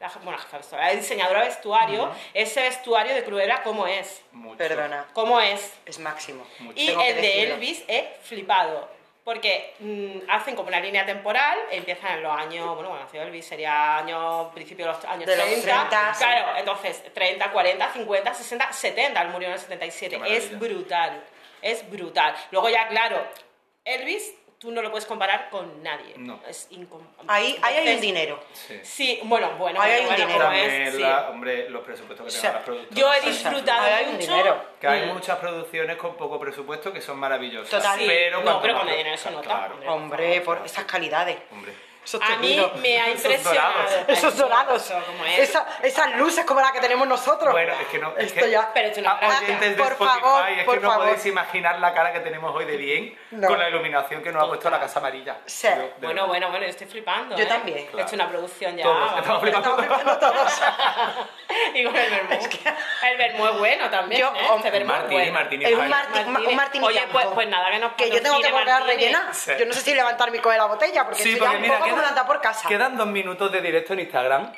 la je- bueno, la jefa de vestuario, la diseñadora de vestuario, ese vestuario de Cruella, ¿cómo es? Mucho. Perdona, ¿Cómo es? es máximo. Mucho. Y Tengo que el de decirlo. Elvis es flipado. Porque mm, hacen como una línea temporal, empiezan en los años, bueno, cuando nació Elvis sería años, principio de los años De los 30. 30, sí. claro, entonces 30, 40, 50, 60, 70, él murió en el 77. Qué maravilla. Es brutal, es brutal. Luego ya, claro, Elvis tú no lo puedes comparar con nadie. No. Es incomparable. Ahí, ahí hay un dinero. Sí. Sí, bueno, bueno, Ahí hay bueno, un bueno, dinero. ¿eh? como También es, sí. la- hombre, los presupuestos que O tengan sea, las productoras. Yo he O sea, disfrutado Ahí hay un mucho. dinero. Que hay Mm. muchas producciones con poco presupuesto que son maravillosas. Total. Sí, Pero no, cuanto pero más con el dinero produzcan, se nota. Claro, Hombre, por esas calidades. hombre. Esos A mí tejidos. me ha Esos impresionado. dorados. Esos dorados. Eso, como es. Esa- esas luces como las que tenemos nosotros. Bueno, es que no. Es Esto que, ya. Pero es una Ah, gracia. oyentes de Por Spotify, favor, es que por no favor. podéis imaginar la cara que tenemos hoy de bien No. con la iluminación que nos ha puesto la Casa Amarilla. Sí. Yo, de Bueno, verdad. bueno, bueno, yo estoy flipando. Yo ¿eh? también. He hecho una producción ya. Todos, vamos. estamos flipando. y con el vermú. El vermú es bueno también. Yo, ¿eh? Este hombre, Eh, vermú Martini, es bueno. Martini. Es un, Ay, marti- ma- un martini Oye, pues, blanco. pues nada, que nos Que yo tengo que patrocine volver a Martini. rellenar. Sí. Yo no sé si levantarme y coger la botella, porque Sí, estoy porque ya un mira, poco como queda- andar por casa. quedan dos minutos de directo en Instagram.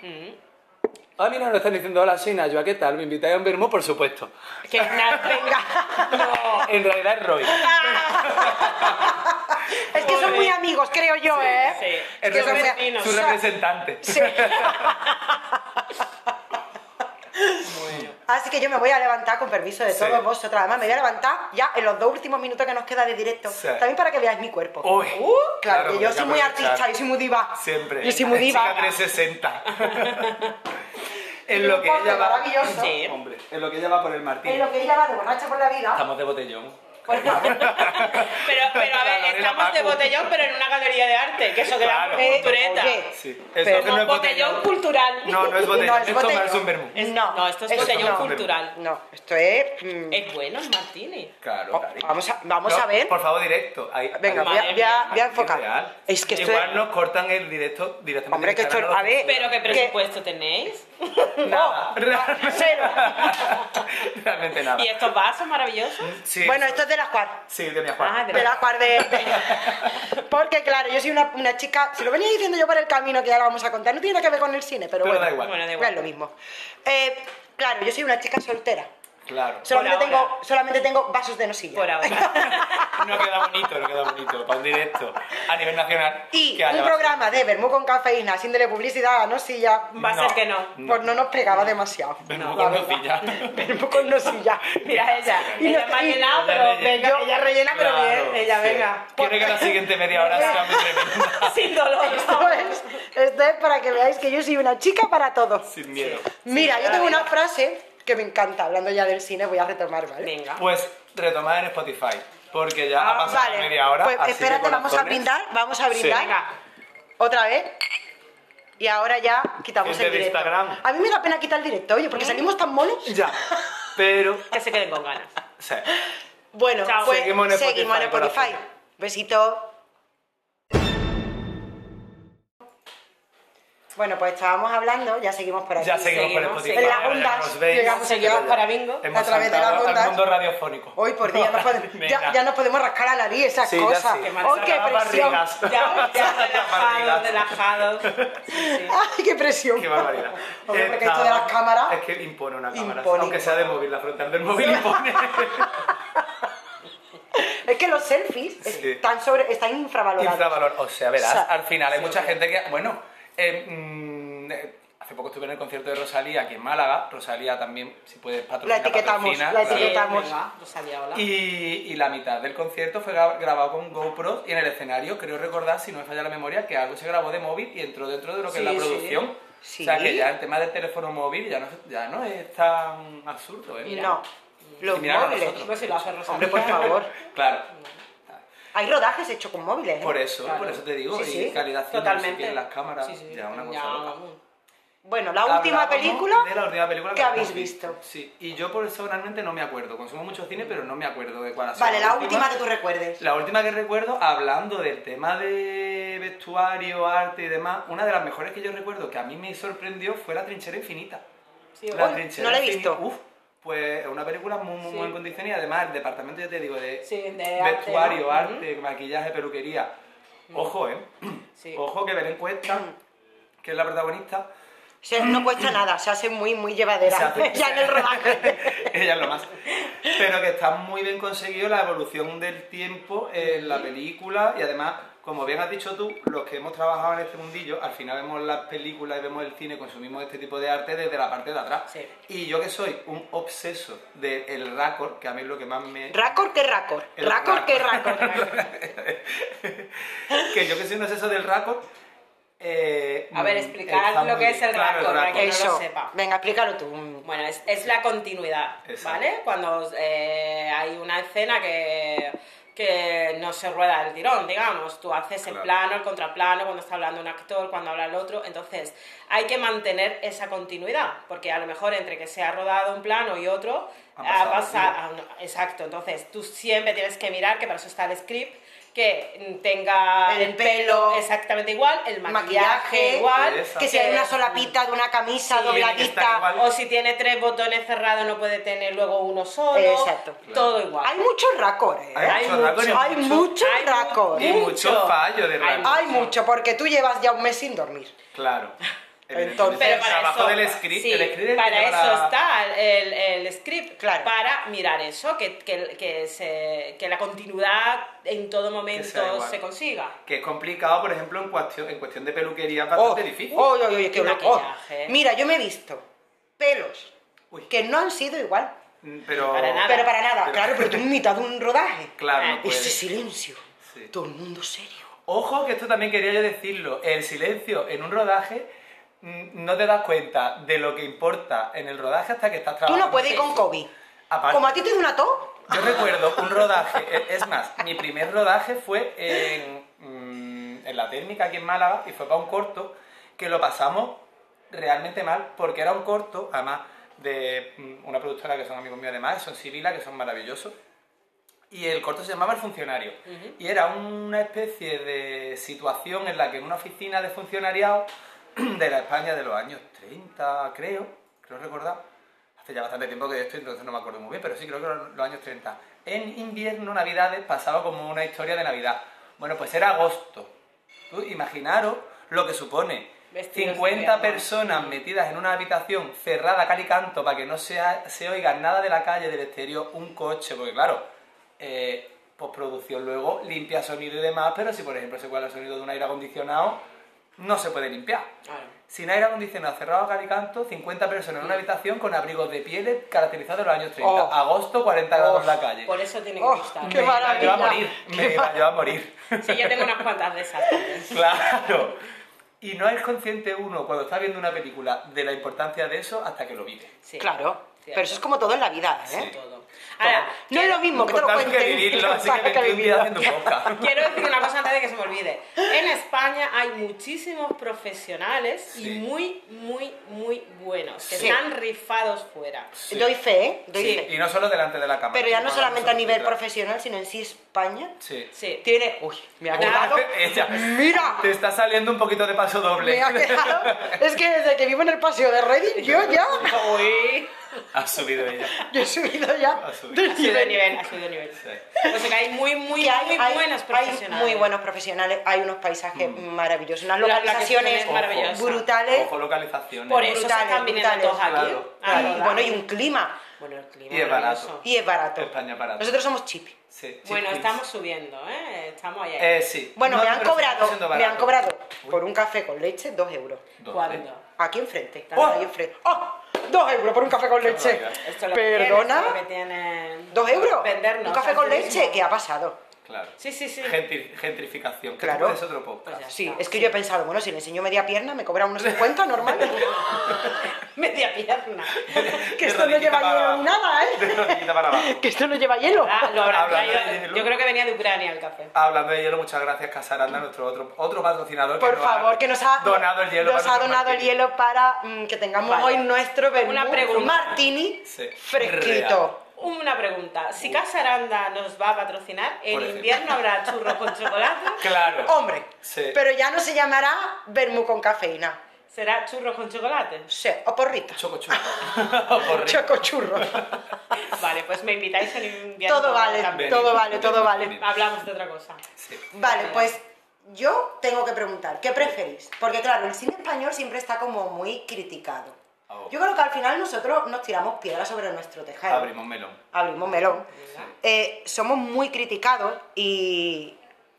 Ah, mira, nos están diciendo hola, Sina, yo, ¿qué tal? ¿Me invitáis a un vermú? Por supuesto. Que nada, venga. No. En realidad es Roy. Es que son Joder. muy amigos, creo yo, ¿eh? sí. Es Es que Son son muy- vecinos. su o sea, representante. Sí. Así que yo me voy a levantar con permiso de Sí. todos vosotros. Además, me voy a levantar ya en los dos últimos minutos que nos queda de directo. Sí. También para que veáis mi cuerpo. Uy, Uh, claro, claro, que porque yo hay que soy muy aprovechar. artista, yo soy muy diva. Siempre. Yo soy muy Chica diva. 360. en lo que Deporte ella va. maravilloso. Sí. Hombre, en lo que ella va por el martillo. En lo que ella va de borracha por la vida. Estamos de botellón. Pues no. Pero, pero a La ver, Lorena estamos de Paco. botellón, pero en una galería de arte. Que eso que Claro. era muy Eh, cultureta. oye. Sí. Eso Pero que no es Como botellón cultural. No, no es botellón. No, es es, tomarse botellón. un vermú. Es- No, no, esto es esto botellón no. cultural. No, esto es. mm, Es bueno el martini. Claro, Oh, cariño. vamos a- vamos a ver. Por favor, directo. Ahí, Venga, ahí. voy a, voy a- voy a Aquí, real. enfocar. Es que esto Igual es- nos cortan el directo directamente. Hombre, en que esto- Instagram, a ¿no? ver. Pero qué ¿Qué? presupuesto tenéis. Oh, Nada. Cero. Realmente nada. Y estos vasos maravillosos. Sí, Bueno, esto es de las cuatro. Sí, de mi Juan. Ah, de- De las cuatro de- de- Porque, claro, yo soy una, una chica. Se lo venía diciendo yo por el camino que ahora vamos a contar. No tiene nada que ver con el cine, pero, Pero bueno. da igual. Bueno, da No igual. es lo mismo. Eh, claro, yo soy una chica soltera. Claro. Solamente ahora. tengo, solamente tengo vasos de nosilla. por ahora. No queda bonito, no queda bonito. Para un directo a nivel nacional. Y que haya un programa de vermú con cafeína, haciéndole publicidad a nosilla, Va a ser que no. pues no nos pegaba demasiado. Vermú la con verdad. nosilla. Vermú con nosilla. Mira ella. Y ella no- me ha y- llenado, pero Ella rellena. venga, ella Ah, rellena, pero Claro, bien. Ella, sí. venga. Quiero que la siguiente media hora sea muy tremenda. Sin dolor. Esto Pues, es, esto es para que veáis que yo soy una chica para todo. Sin miedo. Mira, Sí, yo tengo ahora una frase que me encanta, hablando ya del cine, voy a retomar, ¿vale? Venga. Pues retomada en Spotify. Porque ya ha Ah, pasado vale. media hora. Pues así de espérate, vamos a corazones. brindar, vamos a Sí. brindar. Venga. Otra vez. Y ahora ya quitamos Gente el de directo. Instagram. A mí me da pena quitar el directo, oye, Mm. porque salimos tan monos. Ya. Pero. Que se queden con ganas. o sea, Bueno, Chao. pues Seguimos en Spotify, seguimos en Spotify. corazón. Besito. Bueno, pues estábamos hablando, ya seguimos por aquí. ya seguimos, por seguimos, Spotify. seguimos. En las ahora ya ondas. nos veis. Llegamos, seguimos para bingo. Hemos a través de saltado las al ondas. mundo radiofónico. Hoy por día nos podemos, ya, Venga. ya nos podemos rascar a la nariz esas Sí, ya cosas. sí. ¡Ay, qué Las presión! barrigas. Ya, ya, Pues Barrigas. relajados, relajados. Sí, sí. ¡Ay, qué presión! Qué barbaridad. Hombre, porque esto Estaba- de las cámaras... Es que impone una cámara. Impone, aunque sea de impone. móvil, la frontal del móvil impone. Es que los selfies Sí. están, sobre, están infravalorados. Infravalor. O sea, verás, O sea, al final hay mucha gente que. Bueno, eh, mm, eh, hace poco estuve en el concierto de Rosalía aquí en Málaga. Rosalía también, si puedes patrocinar. La etiquetamos, patrocina, la claro. etiquetamos. Venga, pues Rosalía, hola. Y, y la mitad del concierto fue gra- grabado con GoPro y en el escenario, creo recordar, si no me falla la memoria, que algo se grabó de móvil y entró dentro de lo que es Sí, la sí. producción. Sí. O sea que ya el tema del teléfono móvil ya no, ya no es tan absurdo, ¿eh? No, los Y mira a móviles. nosotros. Pues si lo hace Rosalía. Hombre, por favor. Claro. Hay rodajes hechos con móviles. ¿eh? Por eso, Claro. por eso te digo, Sí, y sí, calidad cine, no sé qué, en las cámaras, Sí, sí. ya una cosa Ya, loca. vamos. Bueno, la última Hablábamos película... de la última película que habéis hemos visto. Sí, y yo personalmente no me acuerdo, consumo mucho cine, pero no me acuerdo de cuál ha sido Vale, la última que tú recuerdes. La última que recuerdo, hablando del tema de vestuario, arte y demás, una de las mejores que yo recuerdo que a mí me sorprendió fue La trinchera infinita. Sí, La hola. trinchera no la he infinita, visto. Uf, pues es una película muy, muy, Sí. muy en condiciones y además el departamento, ya te digo, de Sí, de arte, vestuario, ¿no? arte, maquillaje, peluquería. Mm. Ojo, ¿eh? Sí. Ojo que Belén Cuesta, que es la protagonista, Se- no cuesta nada, se hace muy, muy llevadera. Se hace. ya en el rodaje. Ella es lo más. Pero que está muy bien conseguido la evolución del tiempo en la película y además, como bien has dicho tú, los que hemos trabajado en este mundillo, al final vemos las películas y vemos el cine, consumimos este tipo de arte desde la parte de atrás. Sí. Y yo que soy un obseso del raccord, que a mí es lo que más me... Racor que racor. El Racor que racor. racor. que yo que soy un obseso del raccord... eh, A ver, mm, explicar está lo muy que es bien. el Claro, raccord, para que- no lo Eso. sepa. Venga, explícalo tú. Bueno, es, es la continuidad, Exacto. ¿vale? Cuando eh, hay una escena que, que no se rueda el tirón, digamos. Tú haces el Claro. plano, el contraplano, cuando está hablando un actor, cuando habla el otro. Entonces, hay que mantener esa continuidad, porque a lo mejor entre que se ha rodado un plano y otro, Ha pasado, ha pasado- ¿no? Ah, no, exacto, entonces tú siempre tienes que mirar, que para eso está el script, que mm, tenga El el, pelo. pelo exactamente igual, el maquillaje, Maquillaje. igual. Esa. Que si hay una solapita de una camisa Sí. Tiene que estar dobladita. igual. O si tiene tres botones cerrados no puede tener luego uno solo. Exacto. Todo Claro. igual. Hay muchos racores. ¿eh? Hay mucho raccord y Hay mucho Hay racor. Y mucho fallo de Hay raccord. Hay mucho, porque tú llevas ya un mes sin dormir. Claro. Entonces- Pero el para trabajo eso, del script, sí, el script es el que para lleva eso la- está el, el script, Claro. para mirar eso, que, que, que se- que la continuidad en todo momento igual. se consiga. que es complicado, por ejemplo, en cuestión, en cuestión de peluquería es Oh, bastante difícil. oh, oh, oh, es que Y lo- oh. maquillaje. Mira, yo me he visto pelos Uy. que no han sido igual, Mm, Pero, Para nada. pero para nada. Pero- Claro, pero tú en mitad de un rodaje. claro, no Ah, puede. Ese silencio. Sí. Todo el mundo serio. Ojo, que esto también quería yo decirlo. El silencio en un rodaje mm, no te das cuenta de lo que importa en el rodaje hasta que estás Tú trabajando. no puedes ir con COVID. Aparte- Como a ti te da una tos. Yo recuerdo un rodaje, e- es más, mi primer rodaje fue en, mm, en la técnica aquí en Málaga y fue para un corto que lo pasamos realmente mal porque era un corto, además de mm, una productora que son amigos míos además, son Sibila, que son maravillosos. Y el corto se llamaba El funcionario. Y era una especie de situación en la que en una oficina de funcionariado de la España de los años 30, creo, creo recordar, hace ya bastante tiempo que estoy, entonces no me acuerdo muy bien, pero sí creo que eran los años 30. En invierno, Navidades, pasaba como una historia de Navidad. Bueno, pues era agosto. Tú imaginaros lo que supone Vestidos 50 de viaje. personas metidas en una habitación cerrada cal y canto para que no sea- se oiga nada de la calle, del exterior, un coche, porque claro, eh, postproducción luego limpia sonido y demás, pero si por ejemplo se cuela el sonido de un aire acondicionado, no se puede limpiar. Claro. Sin aire acondicionado, cerrado a cal y canto, 50 personas en una habitación con abrigos de pieles caracterizados de los años 30. Oh. Agosto, 40 grados en la calle. Por eso tiene que Oh, gustar. qué maravilla. Me iba a morir, me Qué iba yo a morir. Sí, yo tengo unas cuantas de esas. también. Claro. Y no es consciente uno cuando está viendo una película de la importancia de eso hasta que lo vive. Sí. Claro, Cierto. pero eso es como todo en la vida, ¿eh? Sí. Todo. Ahora, No es lo mismo que te lo Importante cuenten. que vivirlo, así que que 21 días vivirlo. haciendo podcast. Quiero decir una cosa antes de que se me olvide. En España hay muchísimos profesionales y Sí. muy, muy, muy buenos que Sí. están rifados fuera. Sí. Doy fe, ¿eh? Doy Sí. fe. Y no solo delante de la cámara. Pero ya no sino solamente a nivel absoluto. profesional, sino en sí España. Sí. Sí. Tiene... Uy, me ha Uy, quedado... Ella, ¡Mira! Te está saliendo un poquito de paso doble. Me ha quedado... Es que desde que vivo en el paseo de Reading, yo ya... Uy. Ha subido ella. Yo he subido ya Ha subido. de Ha subido de nivel. nivel, ha subido de nivel. Sí. O sea que hay muy, muy, Y hay, muy hay- buenos hay profesionales. Mm. muy buenos profesionales, hay unos paisajes maravillosos, unas La- la localizaciones que tienen es maravillosa. brutales, Ojo, localizaciones. Por eso se brutales, están viniendo brutales, todos aquí. claro. a y, rodar. bueno, y un clima, Bueno, el clima Y es maravilloso. barato. y es barato. España barato. Nosotros somos chipi. Sí, Bueno, chiquis. estamos subiendo, ¿eh? Estamos ahí. ahí. Eh, sí. Bueno, No, me, han pero está cobrado, siendo me han barato. cobrado por un café con leche dos euros. Dos, ¿Cuándo? eh. Aquí enfrente, ¡Oh! ahí enfrente. ¡Oh! Dos euros por un café con leche. barbaridad. Esto es lo que tiene, esto es lo ¿Perdona? que tiene ¿Dos euros? Vendernos. ¿Un café con facilísimo. leche? ¿Qué ha pasado? Claro. Sí, sí, sí. Gentri- gentrificación. Que Claro. tú puedes otro podcast. Pues ya Sí, está, es que sí. yo he pensado, bueno, si le enseño media pierna, me cobra unos 50, normal. Media pierna. De que esto no rodillita lleva para hielo abajo. ni nada, ¿eh? De rodillita para abajo. Que esto no lleva hielo. Ah, lo habrán Hablando de traído- hielo. Yo creo que venía de Ucrania el café. Ah, Hablando de hielo, muchas gracias Casaranda, nuestro otro, otro patrocinador. Por que nos favor, ha que nos ha donado el hielo. nos para ha nuestro donado el martini. hielo para mm, que tengamos Vale. hoy nuestro vermú, Una pregunta. martini Sí. fresquito. Una pregunta. Si Casa Aranda nos va a patrocinar, en ejemplo. invierno habrá churros con chocolate. Claro. Hombre, Sí. pero ya no se llamará vermú con cafeína. ¿Será churros con chocolate? Sí, o porrita. Choco churro. Por rico. Chocochurro. Vale, pues me invitáis en invierno. todo vale, también. todo Ven, vale, ven, todo ven, vale. ven. Hablamos de otra cosa. Sí. Vale, pues yo tengo que preguntar, ¿qué preferís? Porque claro, el cine español siempre está como muy criticado. Oh. Yo creo que al final nosotros nos tiramos piedras sobre nuestro tejado. Abrimos melón. Abrimos melón. Eh, somos muy criticados y...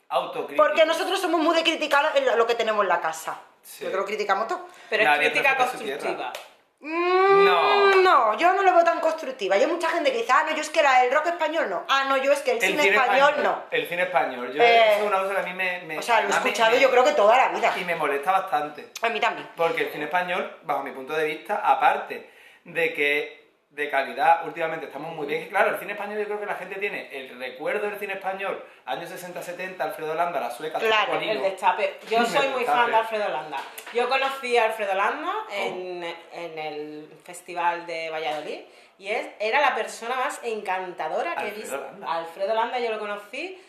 Autocrítica. Porque nosotros somos muy de criticar en lo- lo que tenemos en la casa. Sí. Yo creo que criticamos todo. Pero es Nadie crítica respeta su constructiva. tierra. Mm, No. No, yo no lo veo tan constructiva. Hay mucha gente que dice, ah, no, yo es que la, el rock español no. Ah, no, yo es que el, cine, español, no. El cine español. Yo, Eh, eso es una cosa que a mí me. me- O sea, lo he a mí escuchado me- yo creo que toda la vida. Y me molesta bastante. A mí también. Porque el cine español, bajo mi punto de vista, aparte de que de calidad últimamente estamos muy bien, y claro, el cine español yo creo que la gente tiene el recuerdo del cine español, años 60-70, Alfredo Landa, la sueca, Claro, Pasolini, El destape. Yo El soy muy destape. Oh. fan de Alfredo Landa. Yo conocí a Alfredo Landa en, en el festival de Valladolid y es, era la persona más encantadora que he Alfredo visto. Landa. Alfredo Landa yo lo conocí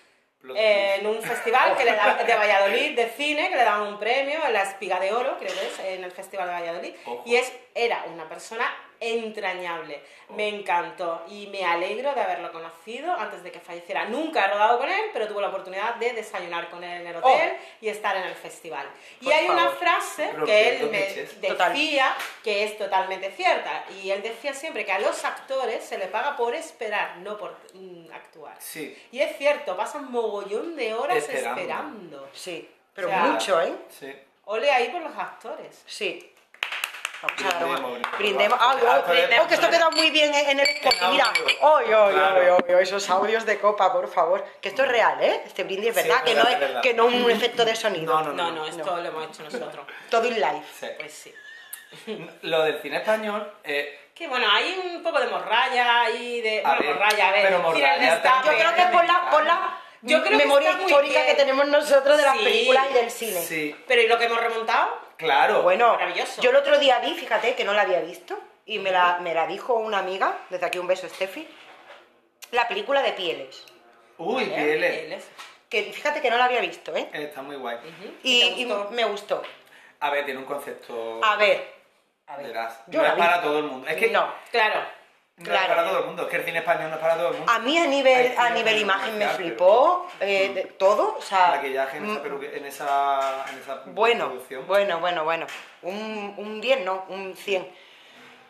Plot eh, twist. en un festival que le daba- de Valladolid de cine que le daban un premio, la espiga de oro, creo que es, en el festival de Valladolid. Ojo. Y es, era una persona entrañable. Me encantó y me alegro de haberlo conocido antes de que falleciera. Nunca he rodado con él, pero tuve la oportunidad de desayunar con él en el hotel y estar en el festival. y Oh. Por hay una favor. frase Pero que que él me topiches. decía Total. que es totalmente cierta. Y él decía siempre que a los actores se le paga por esperar, no por mm, actuar. Sí, Y es cierto, pasan mogollón de horas Esperando. esperando. Sí, pero O sea, mucho, ¿eh? sí. Ole ahí por los actores. Sí. Vamos a dar Brindemos, un- brindemos. brindemos. Ay, Ah, oh, brindemos. oh, que esto queda muy bien en el spot. En Mira, audio. oy, oy, Claro. oy, oy, oy, esos audios de copa, por favor. Que esto es real, ¿eh? Este brindis Sí, es verdad, es que, verdad, no es verdad. que no un efecto de sonido. No, no, No, no, esto lo hemos hecho nosotros. Todo in life. sí. Pues sí. Lo del cine español, eh, Que bueno, hay un poco de morralla ahí de. A bueno, ver, morralla, a ver. pero mira el morralla destape. Yo también. creo que por la, por la Yo creo que memoria está muy histórica bien. que tenemos nosotros de las Sí. películas y del cine. sí, Pero ¿y lo que hemos remontado? claro. Bueno, Maravilloso. yo el otro día vi, fíjate, que no la había visto, y me la, me la dijo una amiga, desde aquí un beso, Steffi, la película de pieles. Uy, ¿eh? pieles. Pieles. Que fíjate que no la había visto, ¿eh? Está muy guay. Y, ¿Mm? ¿Y te gustó? y me gustó. A ver, tiene un concepto. A ver. A ver. verás, yo no la es vi. para todo el mundo. Es que No. Claro. No Claro. es para todo el mundo, es que el cine español no es para todo el mundo. A mí a Hay nivel, cine a nivel español imagen me comercial, flipó eh, de- todo, o sea... pero Maquillaje en mm, esa, peruque- en esa, en esa Bueno, producción. bueno, bueno, bueno. Un, un 10, no, un 100.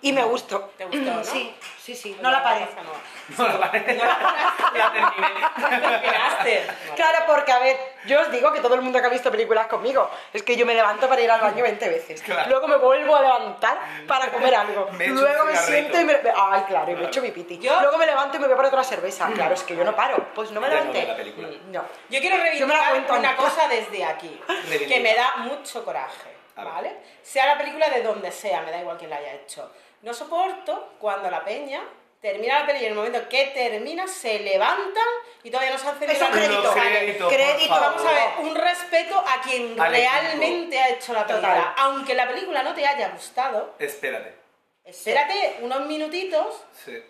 Y me gustó. ¿Te gustó, no? Sí, sí, sí. No la paré. No, la, la terminé. Terminaste. Claro, porque a ver, yo os digo que todo el mundo que ha visto películas conmigo, es que yo me levanto para ir al baño 20 veces. Claro. Luego me vuelvo a levantar para comer algo. Me echo un Luego me cigarrito. siento y me. Ay, claro, y me echo mi piti. Yo- Luego me levanto y me voy para otra cerveza. Claro, es que yo no paro. Pues no me Ya no ve la levanté. película. No. Yo quiero Yo me reivindicar la cuento una antes. cosa desde aquí, Reivindica. que me da mucho coraje, A ver. ¿vale? Sea la película de donde sea, me da igual quién la haya hecho. No soporto cuando la peña termina la peli y en el momento que termina se levantan y todavía no se han Es un cenado. crédito. Los créditos, Crédito, por Vamos a ver, favor. un respeto a quien Al equipo. realmente ha hecho la película. Total. Aunque la película no te haya gustado, Espérate. espérate unos minutitos Sí.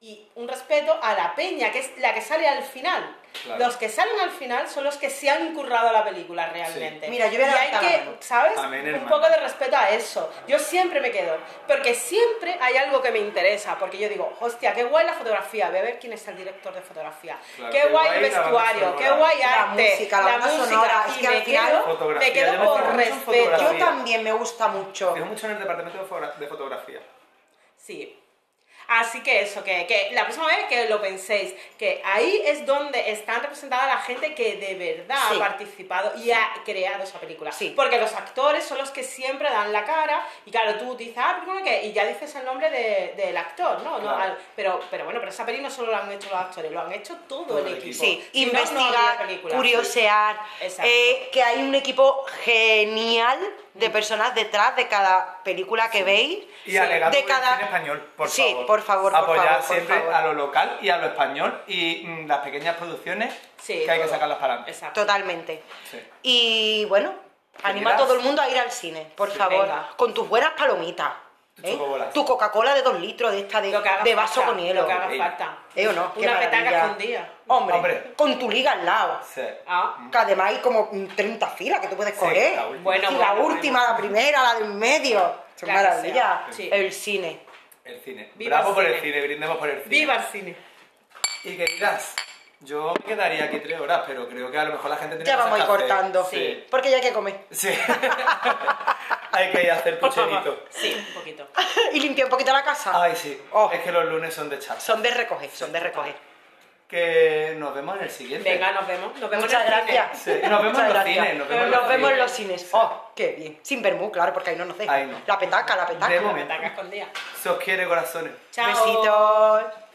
y un respeto a la peña, que es la que sale al final. Claro. Los que salen al final son los que se han currado la película realmente. Sí. Mira, yo voy a y hay levantar la mano. que, ¿sabes? Amén, un hermano. poco de respeto a eso. Yo siempre me quedo, porque siempre hay algo que me interesa, porque yo digo, hostia, qué guay la fotografía, voy a ver quién es el director de fotografía, Claro, qué, qué guay el guay la banda vestuario, qué sonora. guay La arte, música, la banda música, sonora, y es que me al final- quedo, me Fotografía, yo quedo me por fijo mucho en respeto. Yo fotografía. también me gusta mucho. Fijo mucho en el departamento de fotogra- de fotografía. Sí. Así que eso, que, que la próxima vez que lo penséis, que ahí es donde están representada la gente que de verdad Sí. ha participado y ha creado esa película. Sí. Porque los actores son los que siempre dan la cara y claro, tú dices, ah, ¿por qué? Y ya dices el nombre de- del actor, ¿no? No, Claro. al- pero, pero bueno, pero esa peli no solo la han hecho los actores, lo han hecho todo, el equipo. Sí, Si no, no habría investigar, película. curiosear, Exacto. eh, que hay un equipo genial de personas detrás de cada película que veis. Y Sí, alegando de por el cada- cine español, por sí, favor. por favor, por Apoyar favor, por siempre favor. a lo local y a lo español y mm, las pequeñas producciones Sí, que hay que todo. sacarlas para adelante. Exacto. Totalmente. Sí. Y bueno, anima a dirás? todo el mundo a ir al cine, por Sí, favor, venga. con tus buenas palomitas. Tus ¿eh? chocobolas. Tu Coca-Cola de dos litros de esta de, Lo que haga de vaso falta, con hielo. Lo que haga Ey. falta. ¿Eh o no? Qué Una maravilla. petaca escondida. Hombre, Hombre. con tu liga al lado. Sí. Ah. Que además hay como 30 filas que tú puedes Sí, coger. la última. Bueno, Sí, la bueno, última, bueno. la primera, la del medio. Son Claro, maravillas. sea, sí. El cine. El cine. Viva Bravo el por el cine. cine, brindemos por el cine. ¡Viva el cine! Y queridas, yo me quedaría aquí tres horas, pero creo que a lo mejor la gente tiene Ya cosas vamos a ir que hacer. cortando. Sí. Porque ya hay que comer. Sí. hay que ir a hacer tu chinito. Sí, un poquito. y limpiar un poquito la casa. Ay, sí. Oh. Es que los lunes son de chat. Son de recoger, son de recoger. Que nos vemos en el siguiente. Venga, nos vemos. Nos vemos en Muchas el cine. gracias. Sí, nos vemos en los cines, nos vemos en los en cines. los cines. Oh, qué bien. Sin vermú, claro, porque ahí no nos dejan. Ahí no. La petaca, la petaca. De momento. Petaca escondida. Se os quiere, corazones. Chao. Besitos.